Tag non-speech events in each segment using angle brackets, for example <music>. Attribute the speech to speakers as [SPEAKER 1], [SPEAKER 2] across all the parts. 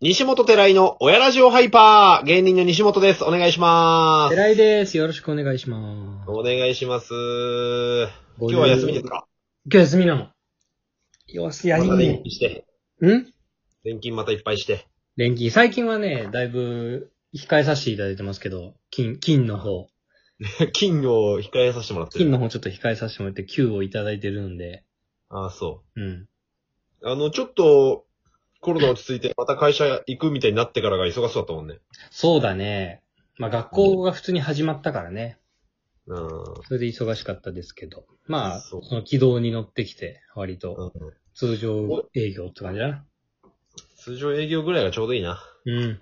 [SPEAKER 1] 西本寺井の親ラジオハイパー、芸人の西本です。お願いしま。
[SPEAKER 2] 寺井です。よろしくお願いしますす。
[SPEAKER 1] お願いします。今日は休みですか
[SPEAKER 2] 今日休みなの。よし、や
[SPEAKER 1] ま
[SPEAKER 2] り
[SPEAKER 1] た
[SPEAKER 2] に
[SPEAKER 1] 連。勤して。
[SPEAKER 2] ん
[SPEAKER 1] 連勤またいっぱいして。
[SPEAKER 2] 連勤。最近はね、だいぶ控えさせていただいてますけど、金、金の方。
[SPEAKER 1] 金を控えさせてもらって
[SPEAKER 2] 金
[SPEAKER 1] る。
[SPEAKER 2] の方ちょっと控えさせてもらって、給をいただいてるんで。
[SPEAKER 1] ああ、そ
[SPEAKER 2] うん。
[SPEAKER 1] う。あの、ちょっと、コロナ落ち着いて、また会社行くみたいになってからが忙しそうだったもんね。
[SPEAKER 2] そうだね。まあ学校が普通に始まったからね。
[SPEAKER 1] うん。
[SPEAKER 2] それで忙しかったですけど。まあ、
[SPEAKER 1] そ
[SPEAKER 2] そうの軌道に乗ってきて、割
[SPEAKER 1] う
[SPEAKER 2] と
[SPEAKER 1] ん
[SPEAKER 2] 通常営業って感じだな。
[SPEAKER 1] 通常営業ぐらいがちょうどいいな。
[SPEAKER 2] うん。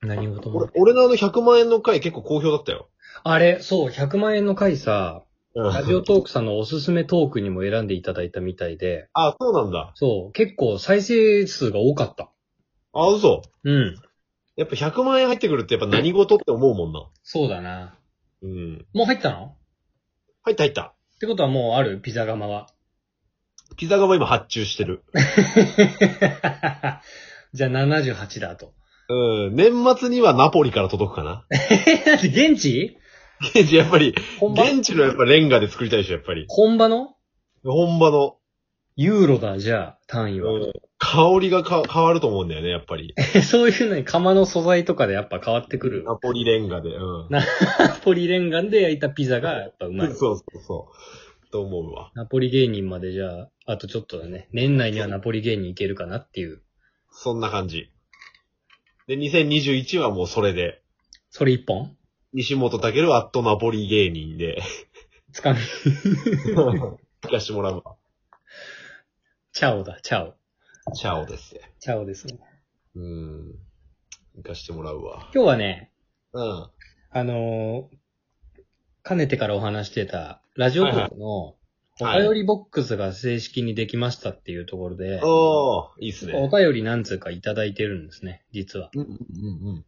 [SPEAKER 2] 何事も
[SPEAKER 1] 俺。俺のあの100万円の回結構好評だったよ。
[SPEAKER 2] あれ、そう、100万円の回さ、
[SPEAKER 1] う
[SPEAKER 2] ラジオトークさんのおすすめトークにも選んでいただいたみたいで、
[SPEAKER 1] あ、そうなんだ。
[SPEAKER 2] そう、結構再生数が多かった。
[SPEAKER 1] あ、嘘。
[SPEAKER 2] うん。
[SPEAKER 1] やっぱ100万円入ってくるってやっぱ何事って思うもんな。
[SPEAKER 2] そうだな。
[SPEAKER 1] うん。
[SPEAKER 2] もう入ったの
[SPEAKER 1] 入った入った。
[SPEAKER 2] ってことはもうあるピザ窯 <laughs> は。
[SPEAKER 1] ピザ窯今発注してる。
[SPEAKER 2] じゃあ78だと。
[SPEAKER 1] うん。年末にはナポリから届くかな。 <laughs>
[SPEAKER 2] え、だって現地
[SPEAKER 1] 現地やっぱり、
[SPEAKER 2] 本場
[SPEAKER 1] 現地のやっぱレンガで作りたいでしょ、やっぱり。
[SPEAKER 2] 本場の
[SPEAKER 1] 本場の、
[SPEAKER 2] ユーロだ、じゃあ、単位は。
[SPEAKER 1] うん香りがか変わると思うんだよね、やっぱり。
[SPEAKER 2] え <laughs> そういうのに窯の素材とかでやっぱ変わってくる。
[SPEAKER 1] ナポリレンガで。うん。
[SPEAKER 2] ポリレンガンで焼いたピザがやっぱうまい。
[SPEAKER 1] そうそうそう。と思うわ。
[SPEAKER 2] ナポリ芸人までじゃあ、あとちょっとだね。年内にはナポリ芸人いけるかなっていう。
[SPEAKER 1] そんな感じ。で、2021はもうそれで。
[SPEAKER 2] それ一本
[SPEAKER 1] 西本健アットナポリ芸人 <laughs> で、
[SPEAKER 2] つかみ。
[SPEAKER 1] 聞かしてもらうわ。
[SPEAKER 2] チャオだ、チャオ。
[SPEAKER 1] チャオですよ。
[SPEAKER 2] チャオですね。
[SPEAKER 1] うん。行かしてもらうわ。
[SPEAKER 2] 今日はね、
[SPEAKER 1] うん。
[SPEAKER 2] あのーかねてからお話してた、ラジオ局の、
[SPEAKER 1] はいはいはい
[SPEAKER 2] お便りボックスが正式にできましたっていうところで、
[SPEAKER 1] おー、いいっすね。
[SPEAKER 2] お便り何通かいただいてるんですね、実は。
[SPEAKER 1] うんうんうん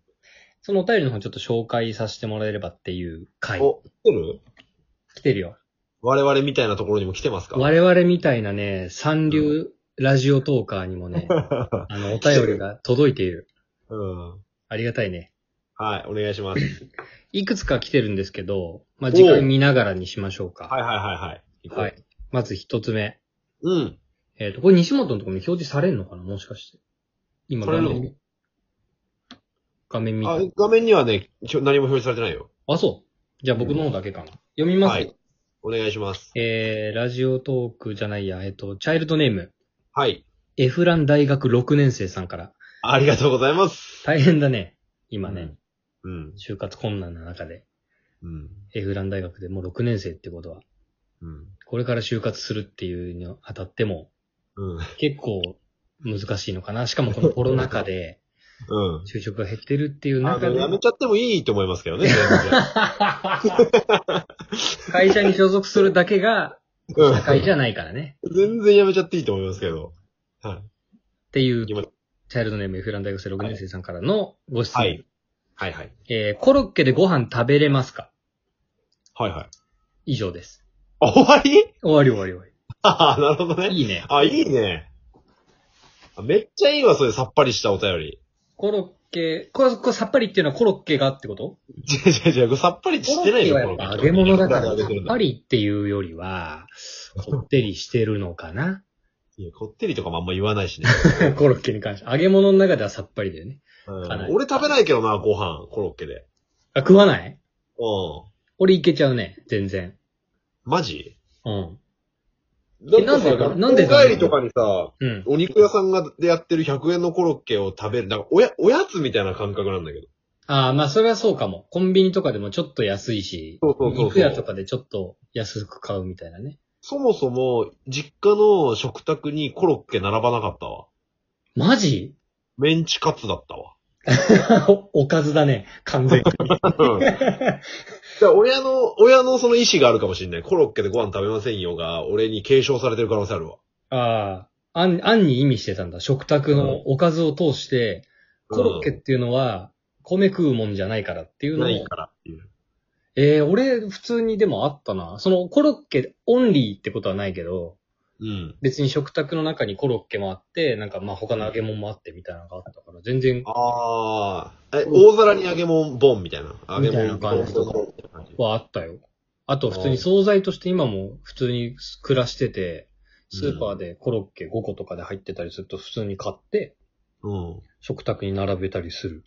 [SPEAKER 2] そのお便りの方ちょっと紹介させてもらえればっていう回、
[SPEAKER 1] お、来てる
[SPEAKER 2] 来てるよ。
[SPEAKER 1] 我々みたいなところにも来てますか
[SPEAKER 2] 我々みたいなね、三流ラジオトーカーにもね、
[SPEAKER 1] 々。
[SPEAKER 2] あの、お便りが届いている。
[SPEAKER 1] <laughs> うん。
[SPEAKER 2] ありがたいね。
[SPEAKER 1] はい、お願いします。 <laughs>
[SPEAKER 2] いくつか来てるんですけど、まあ、次回見ながらにしましょうか。
[SPEAKER 1] はいはいはいはい。行こう
[SPEAKER 2] はい。。まず一つ目。
[SPEAKER 1] うん。
[SPEAKER 2] えっ、と、これ西本のところに表示されんのかなもしかして。今
[SPEAKER 1] され
[SPEAKER 2] 画
[SPEAKER 1] るの
[SPEAKER 2] 面見、画面見
[SPEAKER 1] あ
[SPEAKER 2] た。
[SPEAKER 1] 画面にはね、ちょ何も表示されてないよ。
[SPEAKER 2] あ、そう。じゃあ僕の方だけかな。読みます。
[SPEAKER 1] はいお願いします。
[SPEAKER 2] えー、ラジオトークじゃないや、えっ、と、チャイルドネーム、
[SPEAKER 1] はい。
[SPEAKER 2] エフラン大学6年生さんから。
[SPEAKER 1] ありがとうございます。
[SPEAKER 2] 大変だね。今ね、
[SPEAKER 1] うん。
[SPEAKER 2] 就活困難な中で、
[SPEAKER 1] うん。
[SPEAKER 2] エフラン大学でもう6年生ってことは、
[SPEAKER 1] うん。
[SPEAKER 2] これから就活するっていうにあたっても、
[SPEAKER 1] うん。
[SPEAKER 2] 結構難しいのかな。しかもこのコロナ禍で、
[SPEAKER 1] うん。
[SPEAKER 2] 就職が減ってるっていう
[SPEAKER 1] あ
[SPEAKER 2] 中
[SPEAKER 1] の、
[SPEAKER 2] で
[SPEAKER 1] や、めちゃってもいいと思いますけどね。全然
[SPEAKER 2] <laughs> 会社に所属するだけが
[SPEAKER 1] うん
[SPEAKER 2] 社会じゃないからね。
[SPEAKER 1] 全然やめちゃっていいと思いますけど。はい。
[SPEAKER 2] っていう、チ
[SPEAKER 1] 今
[SPEAKER 2] ャイルドネームエフラン大学生6年生さんからのご質問。
[SPEAKER 1] はいはいはい。
[SPEAKER 2] えーコロッケでご飯食べれますか
[SPEAKER 1] はいはい。
[SPEAKER 2] 以上です。
[SPEAKER 1] あ、終わり <laughs>
[SPEAKER 2] 終わり終わり終
[SPEAKER 1] ああ、なるほど
[SPEAKER 2] わ
[SPEAKER 1] ね。
[SPEAKER 2] り。いいね。
[SPEAKER 1] あ、いいね。あめっちゃいいわ、それ、さっぱりしたお便り。 <laughs>
[SPEAKER 2] コロッケ、これ、これさっぱりっていうのはコロッケがってこと
[SPEAKER 1] 違う違う違う、これさっぱりしてないよ、
[SPEAKER 2] コロッケはやっぱ揚げ物だから、さっぱ
[SPEAKER 1] り。
[SPEAKER 2] りっていうよりは、こってりしてるのかな <laughs>
[SPEAKER 1] いや、こってりとかもあんま言わないしね。
[SPEAKER 2] コロッケに関して。揚げ物の中ではさっぱりだよね。
[SPEAKER 1] うん
[SPEAKER 2] かなり
[SPEAKER 1] 俺食べないけどな、ご飯、コロッケで。
[SPEAKER 2] あ、食わない
[SPEAKER 1] うん。
[SPEAKER 2] 俺いけちゃうね。全然。
[SPEAKER 1] マジ
[SPEAKER 2] うん。
[SPEAKER 1] だ
[SPEAKER 2] なんで
[SPEAKER 1] さ
[SPEAKER 2] なんで
[SPEAKER 1] 学校帰りとかにさ、
[SPEAKER 2] うん。
[SPEAKER 1] お肉屋さんがでやってる100円のコロッケを食べる。なんか、おや、おやつみたいな感覚なんだけど。
[SPEAKER 2] ああ、まあそれはそうかも。コンビニとかでもちょっと安いし、
[SPEAKER 1] そうそうそうそう
[SPEAKER 2] 肉屋とかでちょっと安く買うみたいなね。
[SPEAKER 1] そもそも、実家の食卓にコロッケ並ばなかったわ。
[SPEAKER 2] マジ <laughs>
[SPEAKER 1] メンチカツだったわ。
[SPEAKER 2] おおかずだね。完全に。
[SPEAKER 1] <laughs> だから親の、親のその意思があるかもしれない。コロッケでご飯食べませんよが、俺に継承されてる可能性あるわ。
[SPEAKER 2] ああ、あん、あんに意味してたんだ。食卓のおかずを通して、コロッケっていうのは、米食うもんじゃないからっていう
[SPEAKER 1] うん
[SPEAKER 2] の
[SPEAKER 1] ない
[SPEAKER 2] も。
[SPEAKER 1] からっていう。
[SPEAKER 2] ええ俺、普通にでもあったな。その、コロッケオンリーってことはないけど、
[SPEAKER 1] うん。
[SPEAKER 2] 別に食卓の中にコロッケもあって、なんかまあ他の揚げ物もあってみたいなのがあったから、全然
[SPEAKER 1] ああ、え、大皿に揚げ物ボンみたいな。揚げ物
[SPEAKER 2] みたいな感じとか
[SPEAKER 1] ボンみたいな感じ
[SPEAKER 2] はあったよ。あと普通に惣菜として今も普通に暮らしてて、スーパーでコロッケ5個とかで入ってたりすると普通に買って、
[SPEAKER 1] うん。
[SPEAKER 2] 食卓に並べたりする。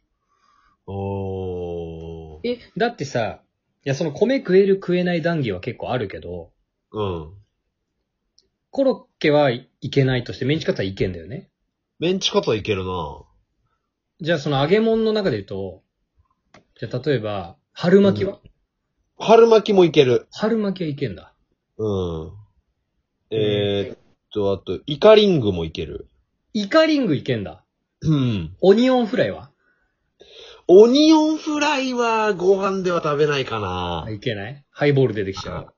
[SPEAKER 1] おー。
[SPEAKER 2] え、だってさ、いやその米食える食えない談義は結構あるけど、
[SPEAKER 1] うん。
[SPEAKER 2] コロッケはいけないとしてメンチカツはいけんだよね。
[SPEAKER 1] メンチカツはいけるな
[SPEAKER 2] じゃあその揚げ物の中で言うと、じゃあ例えば、春巻きは、
[SPEAKER 1] 春巻きもいける。
[SPEAKER 2] 春巻きはいけんだ。
[SPEAKER 1] うん。えー、っと、あと、イカリングもいける。
[SPEAKER 2] イカリングいけんだ。
[SPEAKER 1] うん。
[SPEAKER 2] オニオンフライは
[SPEAKER 1] オニオンフライはご飯では食べないかな、
[SPEAKER 2] あいけないハイボール出てきちゃう。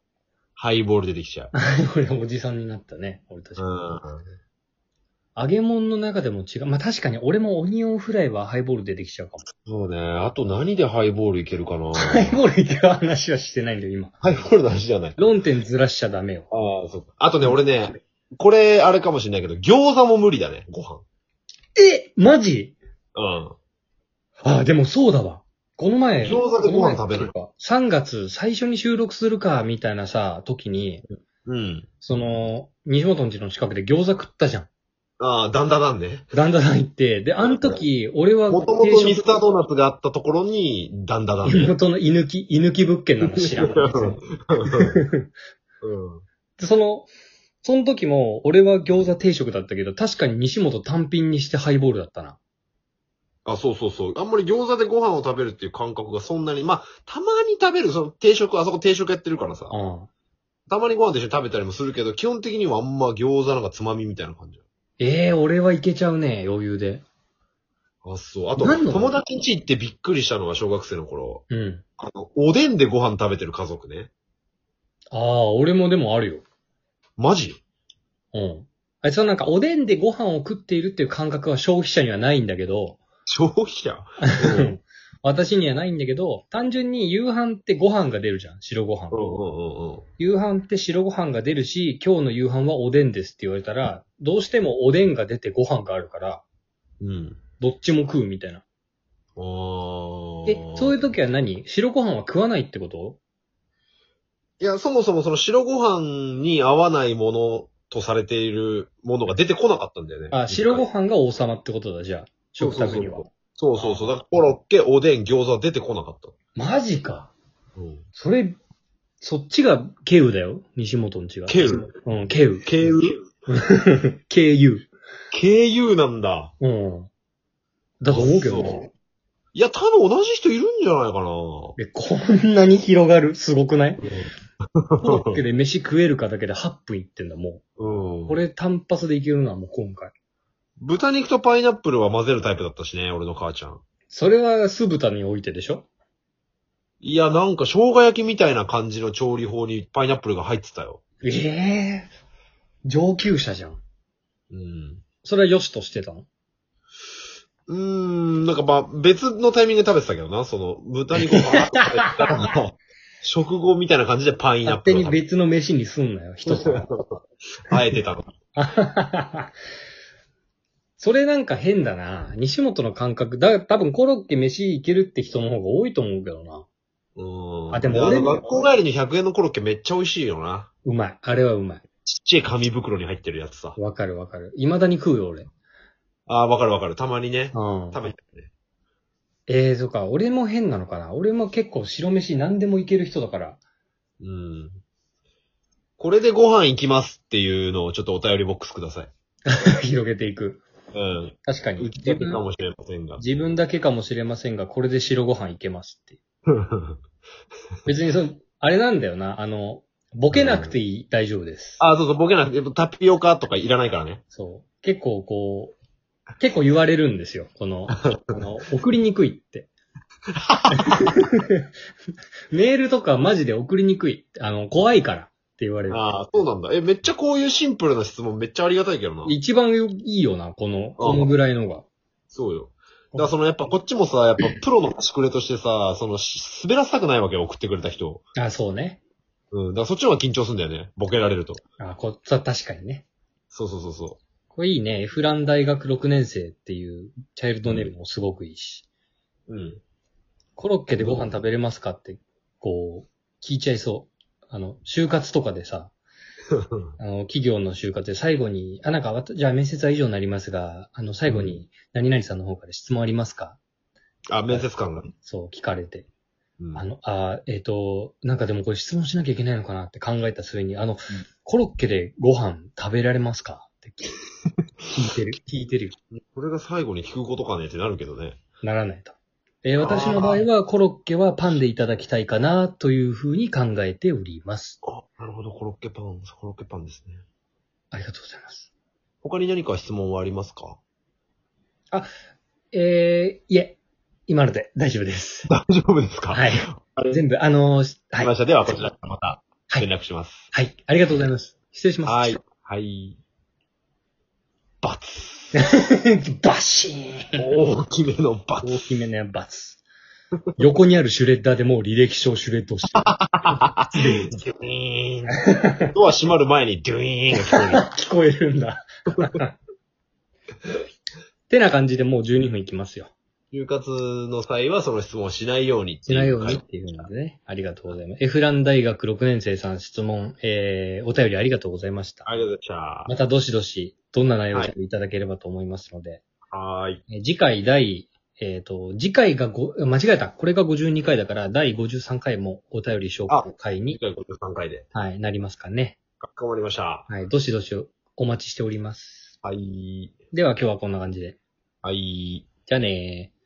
[SPEAKER 1] ハイボール出てき
[SPEAKER 2] <laughs>
[SPEAKER 1] ちゃう。
[SPEAKER 2] これおじさんになったね。俺たち。
[SPEAKER 1] うん。
[SPEAKER 2] 揚げ物の中でも違う。まあ、確かに俺もオニオンフライはハイボール出てきちゃうかも。 <laughs>
[SPEAKER 1] そうね。あと何でハイボールいけるかな <laughs>
[SPEAKER 2] ハイボールいける話はしてないんだよ、今。
[SPEAKER 1] ハイボールの味じゃない。
[SPEAKER 2] 論点ずらしちゃダメよ。
[SPEAKER 1] ああ、そうか。あとね、俺ね、これ、あれかもしれないけど、餃子も無理だね、ご飯。
[SPEAKER 2] えマジ
[SPEAKER 1] うん。
[SPEAKER 2] あ、でもそうだわ。この前。
[SPEAKER 1] 餃子でご飯食べ
[SPEAKER 2] る
[SPEAKER 1] る
[SPEAKER 2] か。3月最初に収録するか、みたいなさ、時に、
[SPEAKER 1] うん。
[SPEAKER 2] その、西本んちの近くで餃子食ったじゃん。
[SPEAKER 1] ああ、だんだだんね。
[SPEAKER 2] だんだん入って。で、あの時、俺は
[SPEAKER 1] もともとミスタードーナツがあったところに、だんだだん
[SPEAKER 2] 地
[SPEAKER 1] ね。
[SPEAKER 2] 元の居抜き、居抜き物件なの <laughs> 知
[SPEAKER 1] <laughs>
[SPEAKER 2] らん。
[SPEAKER 1] うん。
[SPEAKER 2] でその、その時も、俺は餃子定食だったけど、確かに西本単品にしてハイボールだったな。
[SPEAKER 1] あ、そうそうそう。あんまり餃子でご飯を食べるっていう感覚がそんなに、まあ、たまに食べる、その定食、あそこ定食やってるからさ。
[SPEAKER 2] うん。
[SPEAKER 1] たまにご飯と一緒に食べたりもするけど、基本的にはあんま餃子なんかつまみみたいな感じ。
[SPEAKER 2] ええ俺はいけちゃうね、余裕で。
[SPEAKER 1] あ、そう。あと、
[SPEAKER 2] 何の
[SPEAKER 1] 友達ん家行ってびっくりしたのは小学生の頃、
[SPEAKER 2] うん。
[SPEAKER 1] あの、おでんでご飯食べてる家族ね。
[SPEAKER 2] ああ、俺もでもあるよ。
[SPEAKER 1] マジ
[SPEAKER 2] うん。あいつはなんか、おでんでご飯を食っているっていう感覚は消費者にはないんだけど、
[SPEAKER 1] 消費者
[SPEAKER 2] <laughs>
[SPEAKER 1] うん
[SPEAKER 2] 私にはないんだけど、単純に夕飯ってご飯が出るじゃん、白ご飯。
[SPEAKER 1] うんうんうん
[SPEAKER 2] 夕飯って白ご飯が出るし、今日の夕飯はおでんですって言われたら、どうしてもおでんが出てご飯があるから、
[SPEAKER 1] うん。うん。
[SPEAKER 2] どっちも食うみたいな。
[SPEAKER 1] あー
[SPEAKER 2] え、そういう時は何白ご飯は食わないってこと
[SPEAKER 1] いや、そもそもその白ご飯に合わないものとされているものが出てこなかったんだよね。
[SPEAKER 2] あ、白ご
[SPEAKER 1] 飯
[SPEAKER 2] 飯が王様ってことだ、じゃあ。食卓には。
[SPEAKER 1] そうそうそう。だからコロッケ、おでん、餃子は出てこなかった。
[SPEAKER 2] マジか。
[SPEAKER 1] うん。
[SPEAKER 2] それ、そっちが、ケウだよ。西本んちが。
[SPEAKER 1] ケウ
[SPEAKER 2] うん、ケウ。
[SPEAKER 1] KU?
[SPEAKER 2] KU。
[SPEAKER 1] KU なんだ。
[SPEAKER 2] うん。だと思うけどな
[SPEAKER 1] そういや、多分同じ人いるんじゃないかな。
[SPEAKER 2] え、こんなに広がるすごくない <laughs> コロッケで飯食えるかだけで8分いってんだ、も
[SPEAKER 1] うん。
[SPEAKER 2] う。こ、れ単発でいけるのはもう今回。
[SPEAKER 1] 豚肉とパイナップルは混ぜるタイプだったしね、俺の母ちゃん。
[SPEAKER 2] それは酢豚においてでしょ
[SPEAKER 1] いや、なんか生姜焼きみたいな感じの調理法にパイナップルが入ってたよ。
[SPEAKER 2] ええ上級者じゃん。
[SPEAKER 1] うん。
[SPEAKER 2] それは良しとして
[SPEAKER 1] <laughs>
[SPEAKER 2] たの
[SPEAKER 1] うーん、なんかまあ、別のタイミングで食べてたけどな、その、豚肉をバーッと食べた
[SPEAKER 2] <laughs>
[SPEAKER 1] ら食後みたいな感じでパイナッ
[SPEAKER 2] 勝
[SPEAKER 1] プ
[SPEAKER 2] 手
[SPEAKER 1] ルを
[SPEAKER 2] に
[SPEAKER 1] 食べ
[SPEAKER 2] 別の飯にすんなよ、人と。
[SPEAKER 1] あえてたの。
[SPEAKER 2] <laughs> それなんか変だな。西本の感覚。だ、多分コロッケ飯いけるって人の方が多いと思うけどな。
[SPEAKER 1] うん。
[SPEAKER 2] あでも
[SPEAKER 1] あ
[SPEAKER 2] 俺
[SPEAKER 1] の
[SPEAKER 2] も
[SPEAKER 1] 学校帰りに100円のコロッケめっちゃ美味しいよな。
[SPEAKER 2] うまい。あれはうまい。
[SPEAKER 1] ちっちゃい紙袋に入ってるやつさ。
[SPEAKER 2] わかるわかる。未だに食うよ、俺。
[SPEAKER 1] ああ、わかるわかる。たまにね。
[SPEAKER 2] うん。
[SPEAKER 1] 食べてるね。
[SPEAKER 2] ええー、そうか。俺も変なのかな。俺も結構白飯何でもいける人だから。 <laughs>
[SPEAKER 1] うん。これでご飯行きますっていうのをちょっとお便りボックスください。
[SPEAKER 2] 広げていく。
[SPEAKER 1] うん。
[SPEAKER 2] 確かに。
[SPEAKER 1] うちだ
[SPEAKER 2] 自
[SPEAKER 1] けか
[SPEAKER 2] 分
[SPEAKER 1] もしれませんが。
[SPEAKER 2] 自分だけかもしれませんが、これで白ご飯いけますって。別にその、あれなんだよな。あの、ボケなくていい、大丈夫で
[SPEAKER 1] <laughs>
[SPEAKER 2] す。
[SPEAKER 1] あ、そうそう、ボケなくて、タピオカとかいらないからね。
[SPEAKER 2] そう。結構こう、結構言われるんですよ。こ
[SPEAKER 1] <laughs>
[SPEAKER 2] の、あの、送りにくいって。メールとかマジで送りにくい。あの、怖いからって言われる。
[SPEAKER 1] ああ、そうなんだ。え、めっちゃこういうシンプルな質問めっちゃありがたいけどな。
[SPEAKER 2] 一番よいいよな、この、このぐらいのが。
[SPEAKER 1] そうよ。だからそのやっぱこっちもさ、やっぱプロの端くれとしてさ、そのし滑らせたくないわけよ、送ってくれた人を。
[SPEAKER 2] あ、そうね。
[SPEAKER 1] うん。だからそっちの方が緊張するんだよね。ボケられると。
[SPEAKER 2] あ、こっちは確かにね。
[SPEAKER 1] そうそうそうそ
[SPEAKER 2] これいいね。エフラン大学6年生っていうチャイルドネルもすごくいいし。
[SPEAKER 1] う。うん。 <laughs>
[SPEAKER 2] コロッケでご飯食べれますかって、こう、聞いちゃいそう。あの、就活とかでさ、あの、企業の就活で最後に、あ、なんかわた、じゃあ面接は以上になりますが、あの、最後に、何々さんの方から質問ありますか
[SPEAKER 1] あ、面接官が。
[SPEAKER 2] そう聞かれて。
[SPEAKER 1] うん
[SPEAKER 2] あの、あ、えっ、と、なんかでもこれ質問しなきゃいけないのかなって考えた末に、あの、コロッケでご飯食べられますかって聞聞いてる、聞いてるよ。
[SPEAKER 1] これが最後に聞くことかねってなるけどね。
[SPEAKER 2] ならないと。えー私の場合はコロッケはパンでいただきたいかなというふうに考えております。
[SPEAKER 1] あ、なるほど、コロッケパン、コロッケパンですね。
[SPEAKER 2] ありがとうございます。
[SPEAKER 1] 他に何か質問はありますか
[SPEAKER 2] えー、いえ、今ので大丈夫です。
[SPEAKER 1] <laughs> 大丈夫ですか
[SPEAKER 2] はい。
[SPEAKER 1] い
[SPEAKER 2] 全部、あのーは
[SPEAKER 1] 被
[SPEAKER 2] い。
[SPEAKER 1] 害者ではこちらからまた
[SPEAKER 2] はい
[SPEAKER 1] 連絡します。
[SPEAKER 2] はい。ありがとうございます。失礼します。
[SPEAKER 1] はい。はい。バツ。
[SPEAKER 2] <laughs> バシーン
[SPEAKER 1] 大きめのバツ。
[SPEAKER 2] 大きめのバツ。横にあるシュレッダーでもう履歴書をシュレッドしてる。
[SPEAKER 1] ドゥイー <laughs> ン。ドア閉まる前にドゥイーンが聞こえる。
[SPEAKER 2] <laughs> 聞こえるんだ。 <laughs> てな感じでもう12分いきますよ。
[SPEAKER 1] 就活の際はその質問をしないようにって
[SPEAKER 2] し
[SPEAKER 1] い
[SPEAKER 2] ないようにっていうのでね。ありがとうございます。エフラン大学6年生さん質問、えー、お便りありがとうございました。
[SPEAKER 1] ありがとうございま
[SPEAKER 2] またどしどし、どんな内容をしていただければと思いますので、
[SPEAKER 1] した。はーい。
[SPEAKER 2] えー次回第、えっ、と、次回が5、間違えた。これが52回だから、第53回もお便り紹介会
[SPEAKER 1] 次
[SPEAKER 2] に、
[SPEAKER 1] 回53回で。
[SPEAKER 2] はい、なりますかね。
[SPEAKER 1] かっこまりました。
[SPEAKER 2] はい、どしどしお待ちしております。
[SPEAKER 1] はい。
[SPEAKER 2] では今日はこんな感じで。
[SPEAKER 1] はい。
[SPEAKER 2] じゃあねー。